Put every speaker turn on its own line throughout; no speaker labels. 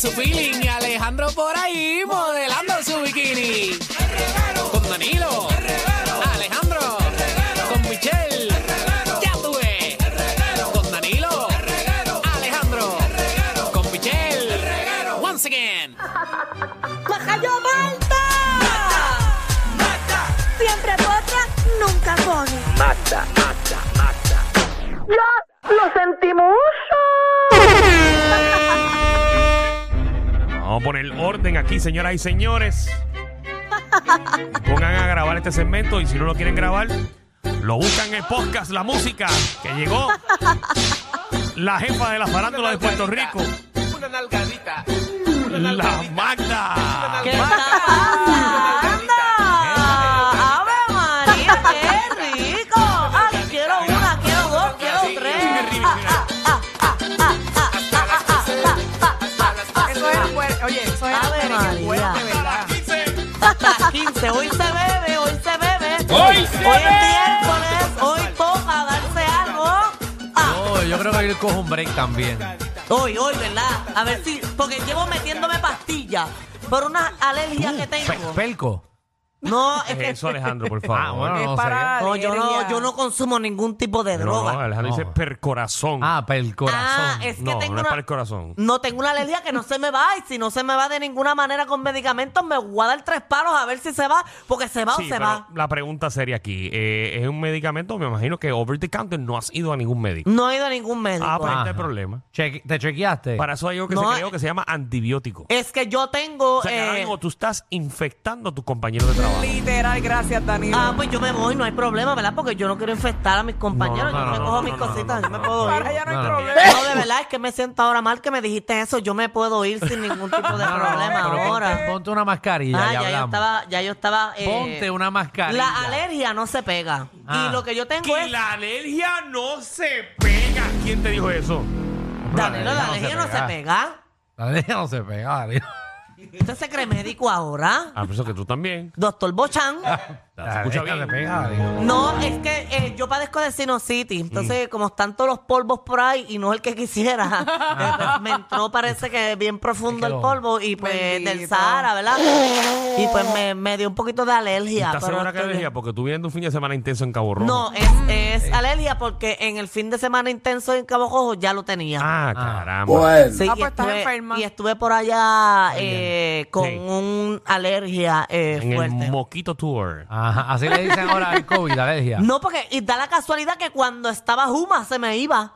su feeling y Alejandro por ahí modelando su bikini. Con Danilo. Alejandro. Con Michelle. Ya tuve. Con Danilo. Alejandro. Con Michelle. Once again.
¡Majayo Malta! Siempre potra, nunca pone.
Vamos a poner orden aquí, señoras y señores. Pongan a grabar este segmento y si no lo quieren grabar, lo buscan en el podcast La Música, que llegó la jefa de la farándula de Puerto Rico,
Una nalgadita.
la Magda.
¿Qué está pasando? ¡Ave María, qué rico! Ah, quiero una, quiero dos, quiero tres! Ah, ah, ah, ah, ah, ah, ah, ah, ah, ah, ah,
Eso es bueno. Oye, eso es
Ave
bueno,
María.
bueno, de verdad.
ah. 15, hoy se bebe, hoy se bebe.
Hoy
Hoy es miércoles, hoy toca darse algo. Ah,
No, Oh, yo creo que hoy cojo un break también.
hoy, hoy, ¿verdad? A ver si, porque llevo metiéndome pastillas por una alergia que tengo.
Pelco.
No, es que
Eso, Alejandro, por favor.
Ah, bueno,
Es
no
para
sé.
No, yo no,
alegría.
yo no consumo ningún tipo de
No, no,
droga.
Alejandro dice
No.
percorazón.
Ah,
ah,
pelcorazón.
es que
no,
tengo
no
una...
es para el corazón.
No, tengo una alergia que no se me va y si no se me va de ninguna manera con medicamentos, me voy a dar tres palos a ver si se va, porque se va
Sí,
o se
pero
va.
la pregunta sería aquí, eh, ¿es un medicamento? Me imagino que over the counter no has ido a ningún médico.
No he ido a ningún médico.
Ah, pues ahí está el
Este Ajá.
problema.
Cheque- ¿Te chequeaste?
Para eso hay algo que
No,
se creó que se llama antibiótico.
Es que yo tengo...
O sea, que ahora
eh,
mismo tú estás infectando a tus compañeros de trabajo.
Literal, gracias, Danilo.
ah, pues yo me voy, no hay problema, ¿verdad? Porque yo no quiero infectar a mis compañeros,
No, no,
yo me
no, no,
cojo
no,
mis
no,
cositas,
no,
yo
no,
me puedo
Ahora
ir.
ya no hay
No, no.
problema.
No, de verdad, es que me siento ahora mal que me dijiste eso. Yo me puedo ir sin ningún tipo de
No, no, no,
problema
pero ponte-
ahora.
Ponte, una mascarilla
Ah,
y
ya yo
hablamos.
estaba... Ya yo estaba eh,
Ponte una mascarilla.
La alergia no se pega.
Ah.
Y lo que yo tengo es...
la alergia no se pega. ¿Quién te dijo eso?
Danilo, la alergia no se pega.
La alergia no se pega, Danilo.
¿Usted se cree médico ahora?
Ah, pero eso que tú también.
Doctor Bochan.
La
escucha
alergia
bien.
se pega, Danilo.
No, es que eh, yo padezco de sinusitis. Entonces, como están todos los polvos por ahí y no es el que quisiera, eh, pues, me entró, parece que bien profundo
Es que
el
lo-
polvo y pues
Bendito.
del Sahara, ¿verdad? Y pues me, me dio un poquito de alergia.
¿Estás
pero
segura que
estoy bien.
alergia? Porque tú vienes de un fin de semana intenso en Cabo Rojo.
No, es, es alergia porque en el fin de semana intenso en Cabo Rojo ya lo tenía.
Ah,
Ah.
caramba.
Sí,
Ah,
y
pues estás
estuve-
enferma.
Y estuve por allá eh, con
Sí.
un alergia eh,
en
fuerte.
el Moquito Tour.
Ajá, así le dicen ahora al COVID, la alergia.
No, porque y da la casualidad que cuando estaba Juma se me iba.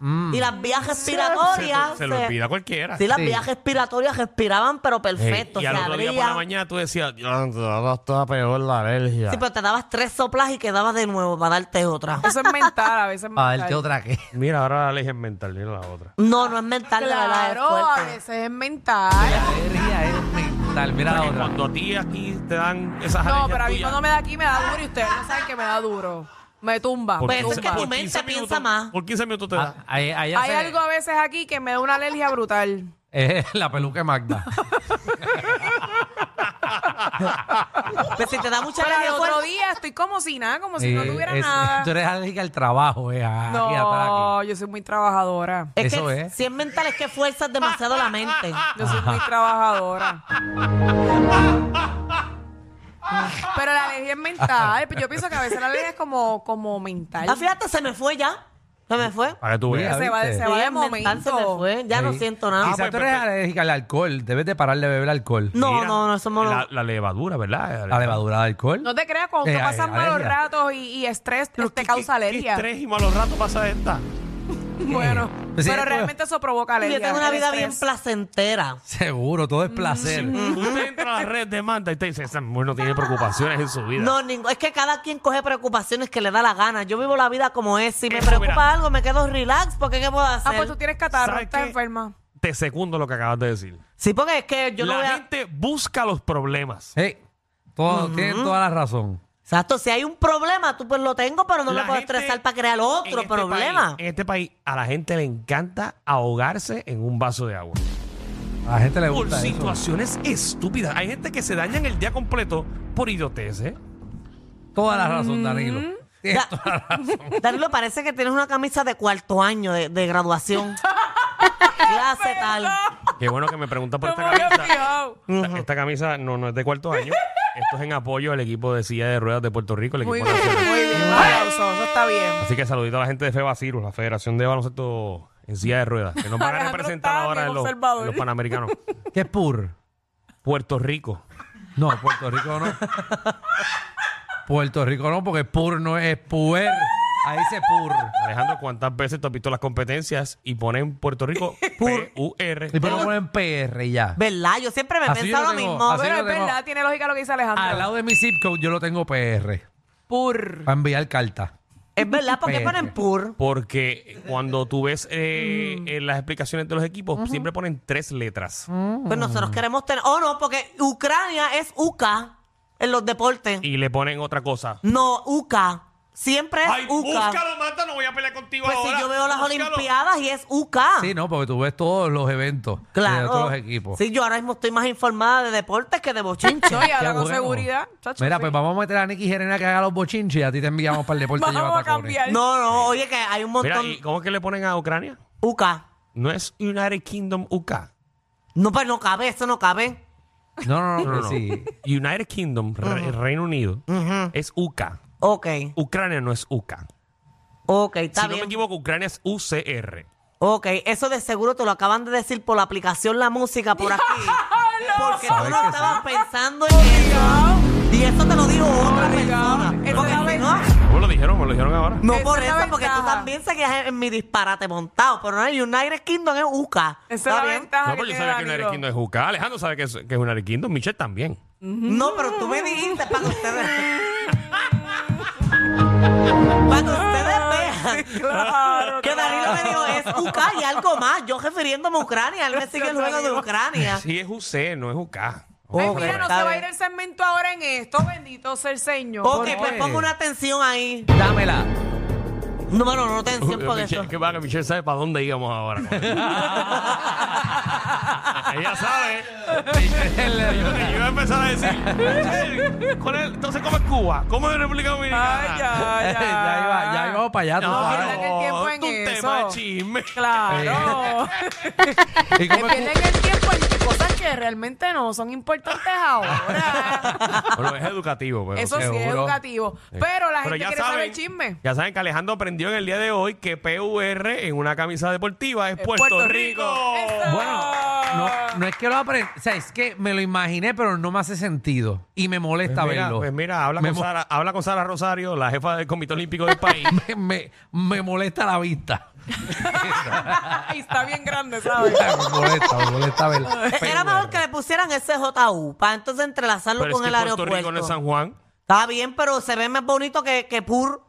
Mm.
Y las vías respiratorias.
se, se lo
se-
olvida a cualquiera.
Sí, las
Sí.
vías respiratorias respiraban, pero perfecto.
y
se
al otro día por la
abrían.
mañana tú decías, "Dios, ahora está peor la alergia.
Sí, pero te dabas tres soplas y quedabas de nuevo para darte otra.
Eso es mental, a veces es
Para
mental.
darte otra que.
Mira, ahora la alergia es mental, mira la otra.
No, no es mental, de verdad, es
Claro, a
fuerte.
veces es mental.
La alergia es mental. Mira la
Porque
otra.
Cuando a ti aquí te dan esas alergias
No, pero a mí
tuyas,
cuando me da aquí me da duro y ustedes no saben que me da duro. Me tumba.
por
Pues
Me
eso es que
quince-
tumba.
tu
por
mente
15
piensa
minutos-
más.
Por 15 minutos te da.
Ah, ahí- ahí
Hay
hace-
algo a veces aquí que me da una alergia brutal.
Eh, la peluca de Magda.
Pero Pues si te da mucha
Pero
alergia
al otro
fuerte-
día estoy como si nada, como si no
Eh,
tuviera
es-
nada.
Tú eres alérgica al trabajo, eh. a- aquí, atrás, aquí.
No, yo soy muy trabajadora.
Es
Eso
que
es.
si es mental es que fuerzas demasiado la mente. Ah,
Yo soy muy trabajadora. Pero la alergia es mental. Pero yo pienso que a veces la alergia es como, como mental.
Ah, fíjate, se me fue ya. Se me fue.
Para que tú veas.
Mira,
Se va, de- se
¿viste?
va
Sí,
de
es mental, se me
momento.
fue. Ya no
Sí.
siento nada.
Eh, Quizás
pues,
Ah, tú eres
pues, pues.
alérgica al alcohol. Debes de parar de beber alcohol.
No,
Mira,
no, no, eso no-
La, la levadura, ¿verdad?
La levadura de alcohol.
No te creas, cuando
Eh,
tú pasas
eh,
malos
alergia.
ratos y, y estrés,
Pero
te
¿qué-
causa
qué- qué
alergia.
estrés y malos ratos pasa esta?
Bueno,
Pues sí,
pero
pues-
realmente eso provoca alergia.
Yo tengo una
el
vida bien
estrés.
placentera.
Seguro,
Mm.
todo es placer.
Usted entra a la red de Manta y te dice, esa mujer no tiene preocupaciones en su vida.
No, ningún- es que cada quien coge preocupaciones que le da la gana. Yo vivo la vida como es. Si me
Eso,
preocupa
mira.
algo, me quedo relax porque ¿qué puedo
Ah, pues
hacer?
tú tienes catarro,
¿Sabes
estás
qué?
enferma.
Te secundo lo que acabas de decir.
sí, porque es que yo
la
no voy a...
gente busca los problemas.
Hey, todo-
Mm.
tienen toda la razón.
Exacto, si hay un problema, tú pues lo tengo, pero no
La
me puedo
gente
estresar para crear
En
otro
este
problema.
país- en este país, a la gente le encanta ahogarse en un vaso de agua.
A la gente le
Por
gusta eso.
situaciones estúpidas. Hay gente que se dañan el día completo por ¿eh? idioteces.
Toda la razón, Danilo.
Mm.
Tienes
Da-
toda la razón.
Danilo, parece que tienes una camisa de cuarto año de, de graduación. Clase tal.
Qué bueno que me preguntas por esta
Como que
camisa.
fiao.
Esta, esta camisa no, no es de cuarto año. Esto es en apoyo al equipo de silla de ruedas de Puerto Rico, el
Muy
equipo
bien,
nacional.
muy bien. un aplauso, Eso está bien.
Así que saludito a la gente de FEBACIRUS, la Federación de Baloncesto en silla de ruedas, que nos van a
Alejandro
representar
está
ahora
bien
en los,
observador.
en los Panamericanos.
¿Qué es pur?
Puerto Rico.
No, Puerto Rico no. Puerto Rico no, porque pur no es puer. Ahí dice pur.
Alejandro, ¿cuántas veces tú has visto las competencias y ponen Puerto Rico P-U-R?
Y por no ponen PR y ya.
¿Verdad? Yo siempre me he
Así
pensado
yo
lo
lo tengo,
mismo.
así
Pero
yo
es
tengo- Ah,
verdad, tiene lógica lo que dice
Al
Alejandro.
lado de mi zip code yo lo tengo PR.
Pur.
Para enviar carta.
Es verdad, porque
Pe-
ponen pur.
Porque cuando tú ves eh,
Mm.
eh, las explicaciones de los equipos, siempre ponen tres letras.
Pues nosotros queremos tener. Oh, no, porque Ucrania es UK en los deportes.
Y le ponen otra cosa.
No, UK. Siempre es UK.
Mata, no voy a pelear contigo
Pues si yo veo las Olimpiadas y es UK.
Sí, no, porque tú ves todos los eventos de
Claro.
todos los equipos.
Sí, yo ahora mismo estoy más informada de deportes que de bochincho.
No, y ahora
Qué
con
bueno.
seguridad. chacho,
Mira,
sí.
pues vamos a meter a Nicky Jerena que haga los bochinches y a ti te enviamos para el deporte y lleva
Vamos a
tacones.
cambiar.
No, no, oye que hay un
Mira,
montón.
¿y ¿cómo es que le ponen a Ucrania?
UK.
No es United Kingdom UK.
No, pues no cabe, eso no cabe.
No, no,
No,
no, pero
no, no.
sí.
United Kingdom, Re- Reino Unido, es UK.
Ok,
Ucrania no es UK.
ok, está
si no me
bien.
equivoco, Ucrania es UCR.
ok, eso de seguro te lo acaban de decir por la aplicación La Música por aquí. porque tú
Sabes
no
que
estabas pensando en eso. Y eso te lo dijo otra persona.
Eso
Porque
es la
si no,
¿Cómo lo dijeron? Me lo dijeron ahora.
no
Esa
por
es
eso,
la
porque tú
ventaja.
también seguías en mi disparate montado. Pero no, el United Kingdom es UCA.
Esa es
¿Está
la
bien?
ventaja
No, pero
que
yo
tiene
sabía que United
Danilo.
Kingdom es UK. Alejandro sabe que es, que es United Kingdom. Michelle también.
Mm. No, pero tú me dijiste para que ustedes. para que ustedes vean.
Claro,
Que Danilo me dijo,
claro.
es UCA y algo más. Yo refiriéndome a Ucrania. Él me sigue el juego de Ucrania.
Sí, es UC, no es UK.
Ay,
Ok,
Pues mira, no
está
se va a
bien.
ir el segmento ahora en esto, bendito sea el Señor.
Ok,
qué?
pues pongo una atención ahí.
Dámela.
No, bueno, no tensión por eso.
Michelle, que va, que Michelle sabe para dónde íbamos ahora. Ella sabe. Yo yo iba a empezar a decir, Michelle, ¿cuál es- entonces, ¿cómo es Cuba? ¿Cómo es República Dominicana?
Ay, ya,
ya, iba, ya íbamos para allá, tú
No,
sabes.
pierdan el tiempo en
tu
eso.
tema de chisme.
Claro.
Eh.
¿Y
Que
cómo es
pierden el tiempo en cosas que realmente no son importantes ahora.
Bueno, es educativo. Pero Eh.
Eso sí es
seguro.
educativo. Pero la
Pero
gente
ya
quiere saber
saben,
el chisme.
ya saben que Alejandro aprendió en el día de hoy que PUR en una camisa deportiva es,
Es
Puerto,
Puerto
Rico.
Rico. Eso.
Bueno,
Ah.
no, no es que lo aprendí. O sea, es que me lo imaginé, pero no me hace sentido. Y me molesta
Pues mira,
verlo.
pues mira, habla
Me
con,
mo-
Sara, habla con Sara Rosario, la jefa del Comité Olímpico del país.
me, me- me molesta la vista.
Y está bien grande, ¿sabes?
me molesta, me molesta verlo.
Era mejor que le pusieran SJU para entonces entrelazarlo
pero es
con
que
el
Puerto
aeropuerto.
Rico no es San Juan.
Está bien, pero se ve más bonito que, que Pur.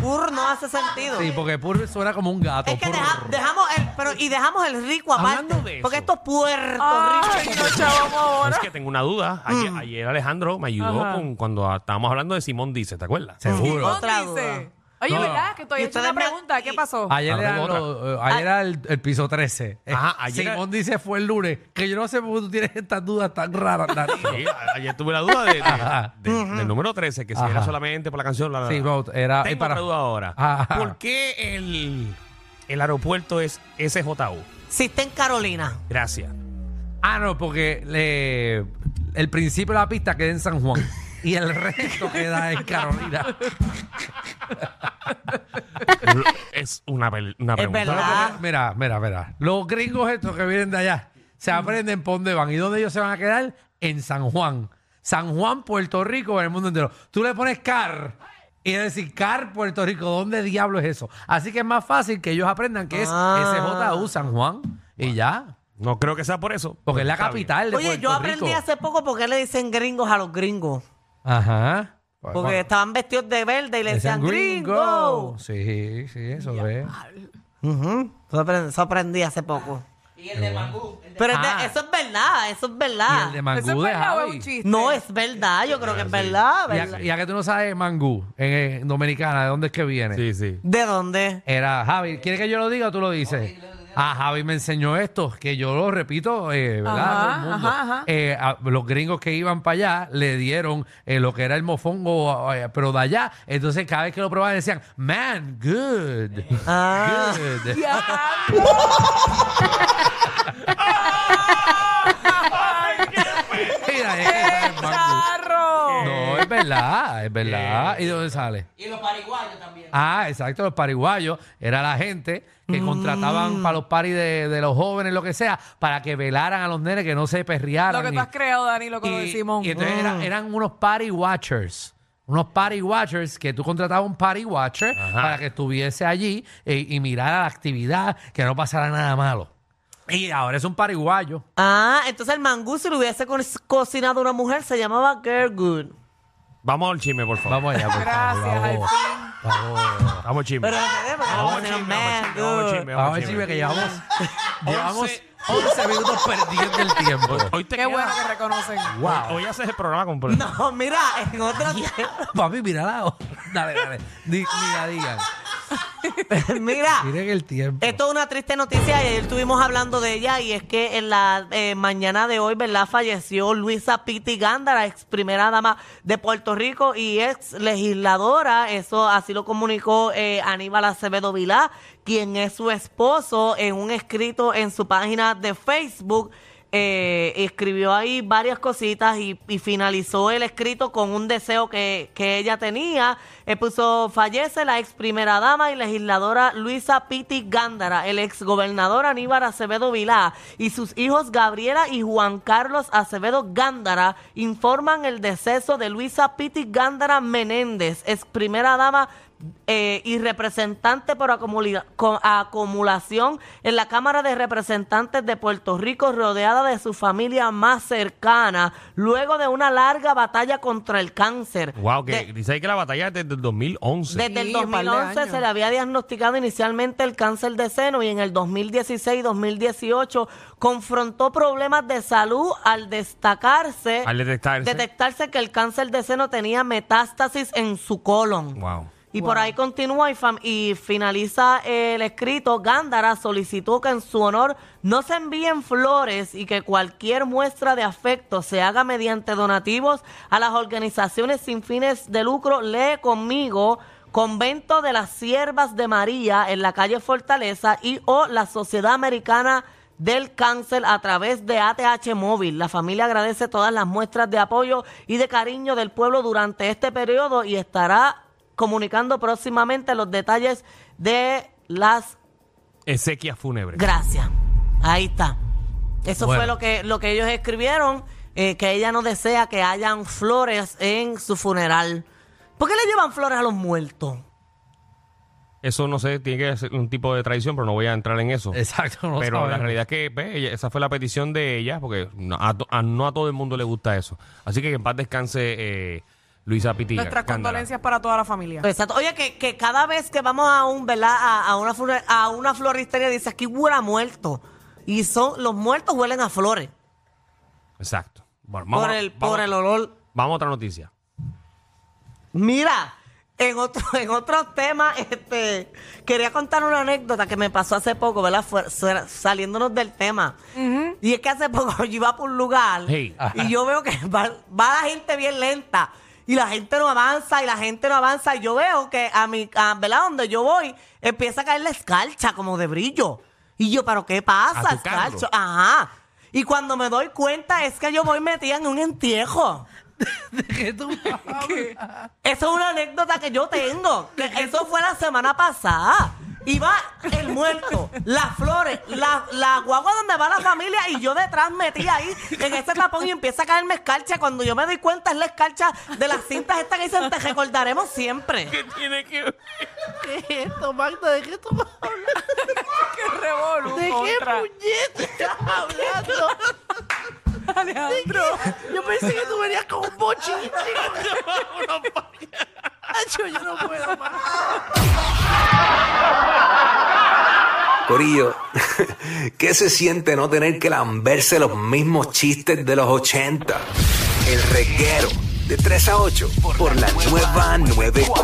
Pur no hace sentido.
Sí, porque pur suena como un gato.
es que
pur.
deja- dejamos el pero y dejamos el rico aparte,
Hablando de eso.
porque esto es Puerto
Ay,
Rico.
no, chavos,
Es
ahora.
que tengo una duda. Ayer,
Mm.
ayer Alejandro me ayudó con cuando ah, estábamos hablando de Simón Dice, ¿te acuerdas?
Seguro.
Simón
Otra
dice.
duda.
Oye,
No.
¿verdad? Que
Y
todavía he hecho
ustedes
una
me-
pregunta.
y-
¿Qué pasó?
Ayer,
Ahora
era,
tengo
lo- eh, ayer era el, el piso 13. Eh,
Ajá, ayer-
Simón dice fue el lunes. Que yo no sé por qué tú tienes estas dudas tan raras. Danilo.
Sí, a- ayer tuve la duda de, de-
Ajá.
de- del número 13, que si
Ajá.
era solamente por la canción. La, la-
Sí, no, era-
Tengo
es para-
otra duda ahora.
Ajá.
¿Por qué el, el aeropuerto es SJU?
Si está en Carolina.
Gracias.
Ah, no, porque le- el principio de la pista queda en San Juan y el resto queda en Carolina.
es una, pel- una pregunta.
verdad. Ah.
Mira, mira, mira. Los gringos estos que vienen de allá se aprenden por dónde van. ¿Y dónde ellos se van a quedar? En San Juan. San Juan, Puerto Rico, en el mundo entero. Tú le pones car y es decir car Puerto Rico. ¿Dónde diablo es eso? Así que es más fácil que ellos aprendan que es
Ah.
SJU San Juan y ya.
No creo que sea por eso.
Porque es la
Está bien.
capital de
Oye,
Puerto
yo aprendí
Rico.
hace poco por qué le dicen gringos a los gringos.
Ajá.
Porque estaban vestidos de verde y le decían
Decían gringo.
gringo. Ah.
Sí, sí, eso es.
Ujú. Eso aprendí- Eso aprendí hace poco. Y el de mangú. Pero es de-
Ah.
eso es verdad, eso es verdad.
Y el
¿Eso
de
es
mangú de
verdad o es un
Javi.
chiste?
No, es verdad, yo creo que es verdad,
Y
¿verdad?
a- y a que tú no sabes mangú en, en Dominicana, ¿de dónde es que viene?
Sí, sí.
¿De dónde?
Era Javi, ¿quiere que yo lo diga o tú lo dices? Ah, Javi me enseñó esto, que yo lo repito, eh, ¿verdad?
Ajá,
A todo el mundo.
ajá, ajá.
Eh, a los gringos que iban para allá le dieron eh, lo que era el mofongo, eh, pero de allá. Entonces, cada vez que lo probaban decían, man, good.
Ah.
Good.
Ya.
Mira, es que sale el mango.
¡Carro!
No, es verdad, es verdad. ¿Y de dónde sale?
Y los pariguayos también.
Ah, exacto, los pariguayos. Era la gente que
Mm.
contrataban para los paris de, de los jóvenes, lo que sea, para que velaran a los nenes, que no se perriaran.
Lo que mm. tú
ni-
has creado, Danilo, con lo de Simón.
y entonces era- eran unos party watchers. Unos party watchers que tú contratabas un party watcher para que estuviese allí eh, y mirara la actividad, que no pasara nada malo. Y ahora es un pariguayo.
Ah, entonces el mangú, si lo hubiese co- cocinado una mujer, se llamaba Girl Good.
Vamos al chisme, por favor.
Vamos allá, por
Gracias,
favor.
al
Vamos,
Oh.
vamos.
Vamos al chisme.
Pero lo que vemos,
Vamos al
vamos a
chisme,
man
vamos al
good.
chisme,
Vamos
vamos
a
al
ver,
chisme.
que llevamos, llevamos 11 minutos perdiendo el tiempo.
Hoy te
Qué
queda-
bueno que reconocen.
Wow.
Hoy haces el programa completo.
No, mira, en otro tiempo.
Papi, mírala. Dale, dale. Ni, ni la digan.
Mira,
Miren el tiempo.
esto es una triste noticia. Ayer estuvimos hablando de ella y es que en la eh, mañana de hoy, ¿verdad? Falleció Luisa Pitti Gándara, ex primera dama de Puerto Rico y ex legisladora. Eso así lo comunicó eh, Aníbal Acevedo Vilá, quien es su esposo, en un escrito en su página de Facebook. eh, escribió ahí varias cositas y, y finalizó el escrito con un deseo que, que ella tenía. Eh, puso, fallece la ex primera dama y legisladora Luisa Pitti Gándara, el ex gobernador Aníbal Acevedo Vilá y sus hijos Gabriela y Juan Carlos Acevedo Gándara informan el deceso de Luisa Pitti Gándara Menéndez, ex primera dama eh, y representante por acumuli- co- acumulación en la Cámara de Representantes de Puerto Rico, rodeada de su familia más cercana, luego de una larga batalla contra el cáncer.
Wow, que
De-
dice ahí que la batalla es desde el 2011.
desde el
Sí, un par de
2011
años.
se le había diagnosticado inicialmente el cáncer de seno y en el 2016-2018 confrontó problemas de salud al destacarse,
Al detectarse.
detectarse que el cáncer de seno tenía metástasis en su colon.
Wow.
Y por ahí continúa y, fam- y finaliza el escrito. Gándara solicitó que en su honor no se envíen flores y que cualquier muestra de afecto se haga mediante donativos a las organizaciones sin fines de lucro. Lee conmigo. Convento de las Siervas de María en la calle Fortaleza y o la Sociedad Americana del cáncer a través de ATH Móvil. La familia agradece todas las muestras de apoyo y de cariño del pueblo durante este periodo y estará comunicando próximamente los detalles de las
Ezequias fúnebre.
gracias. Ahí está. Eso
Bueno.
fue lo que, lo que ellos escribieron, eh, que ella no desea que hayan flores en su funeral. ¿Por qué le llevan flores a los muertos?
Eso no sé, tiene que ser un tipo de traición, pero no voy a entrar en eso.
Exacto, no
pero la
sabemos.
realidad es que ve, ella- esa fue la petición de ella, porque no a, to- a- no a todo el mundo le gusta eso. Así que que en paz descanse eh, Luisa Pitiga.
Nuestras
Cándara.
condolencias para toda la familia.
Exacto. Oye, que, que cada vez que vamos a un, ¿verdad? A, a una, flor- a una floristería dice aquí huele a muerto. Y son, los muertos huelen a flores.
Exacto. Bueno,
por el,
vamos-
por el olor.
Vamos a otra noticia.
Mira, en otro, en otros temas, este, quería contar una anécdota que me pasó hace poco, ¿verdad? Fuera- suera- saliéndonos del tema. Y es que hace poco yo iba por un lugar
Hey.
y yo veo que va, va la gente bien lenta y la gente no avanza y la gente no avanza. Y yo veo que a mi, a, ¿verdad? Donde yo voy, empieza a caer la escarcha como de brillo. Y yo, ¿pero qué pasa,
A tu carro.
escarcho? Ajá. Y cuando me doy cuenta es que yo voy metida en un entierro.
¿Qué tú hablas?
Eso es una anécdota que yo tengo. que eso fue la semana pasada. Iba el muerto, las flores, la, la guagua donde va la familia y yo detrás metí ahí en ese tapón y empieza a caerme escarcha. Cuando yo me doy cuenta es la escarcha de las cintas estas que dicen te recordaremos siempre.
Tiene que
¿Qué es esto, Magda? ¿De qué tú
¡Qué revolú! contra.
estás hablando?
Alejandro.
Yo pensé que tú venías con un bochín. yo no puedo más.
Corillo, ¿qué se siente no tener que lamberse los mismos chistes de los 80? El reguero de 3 a 8 por la nueva 94.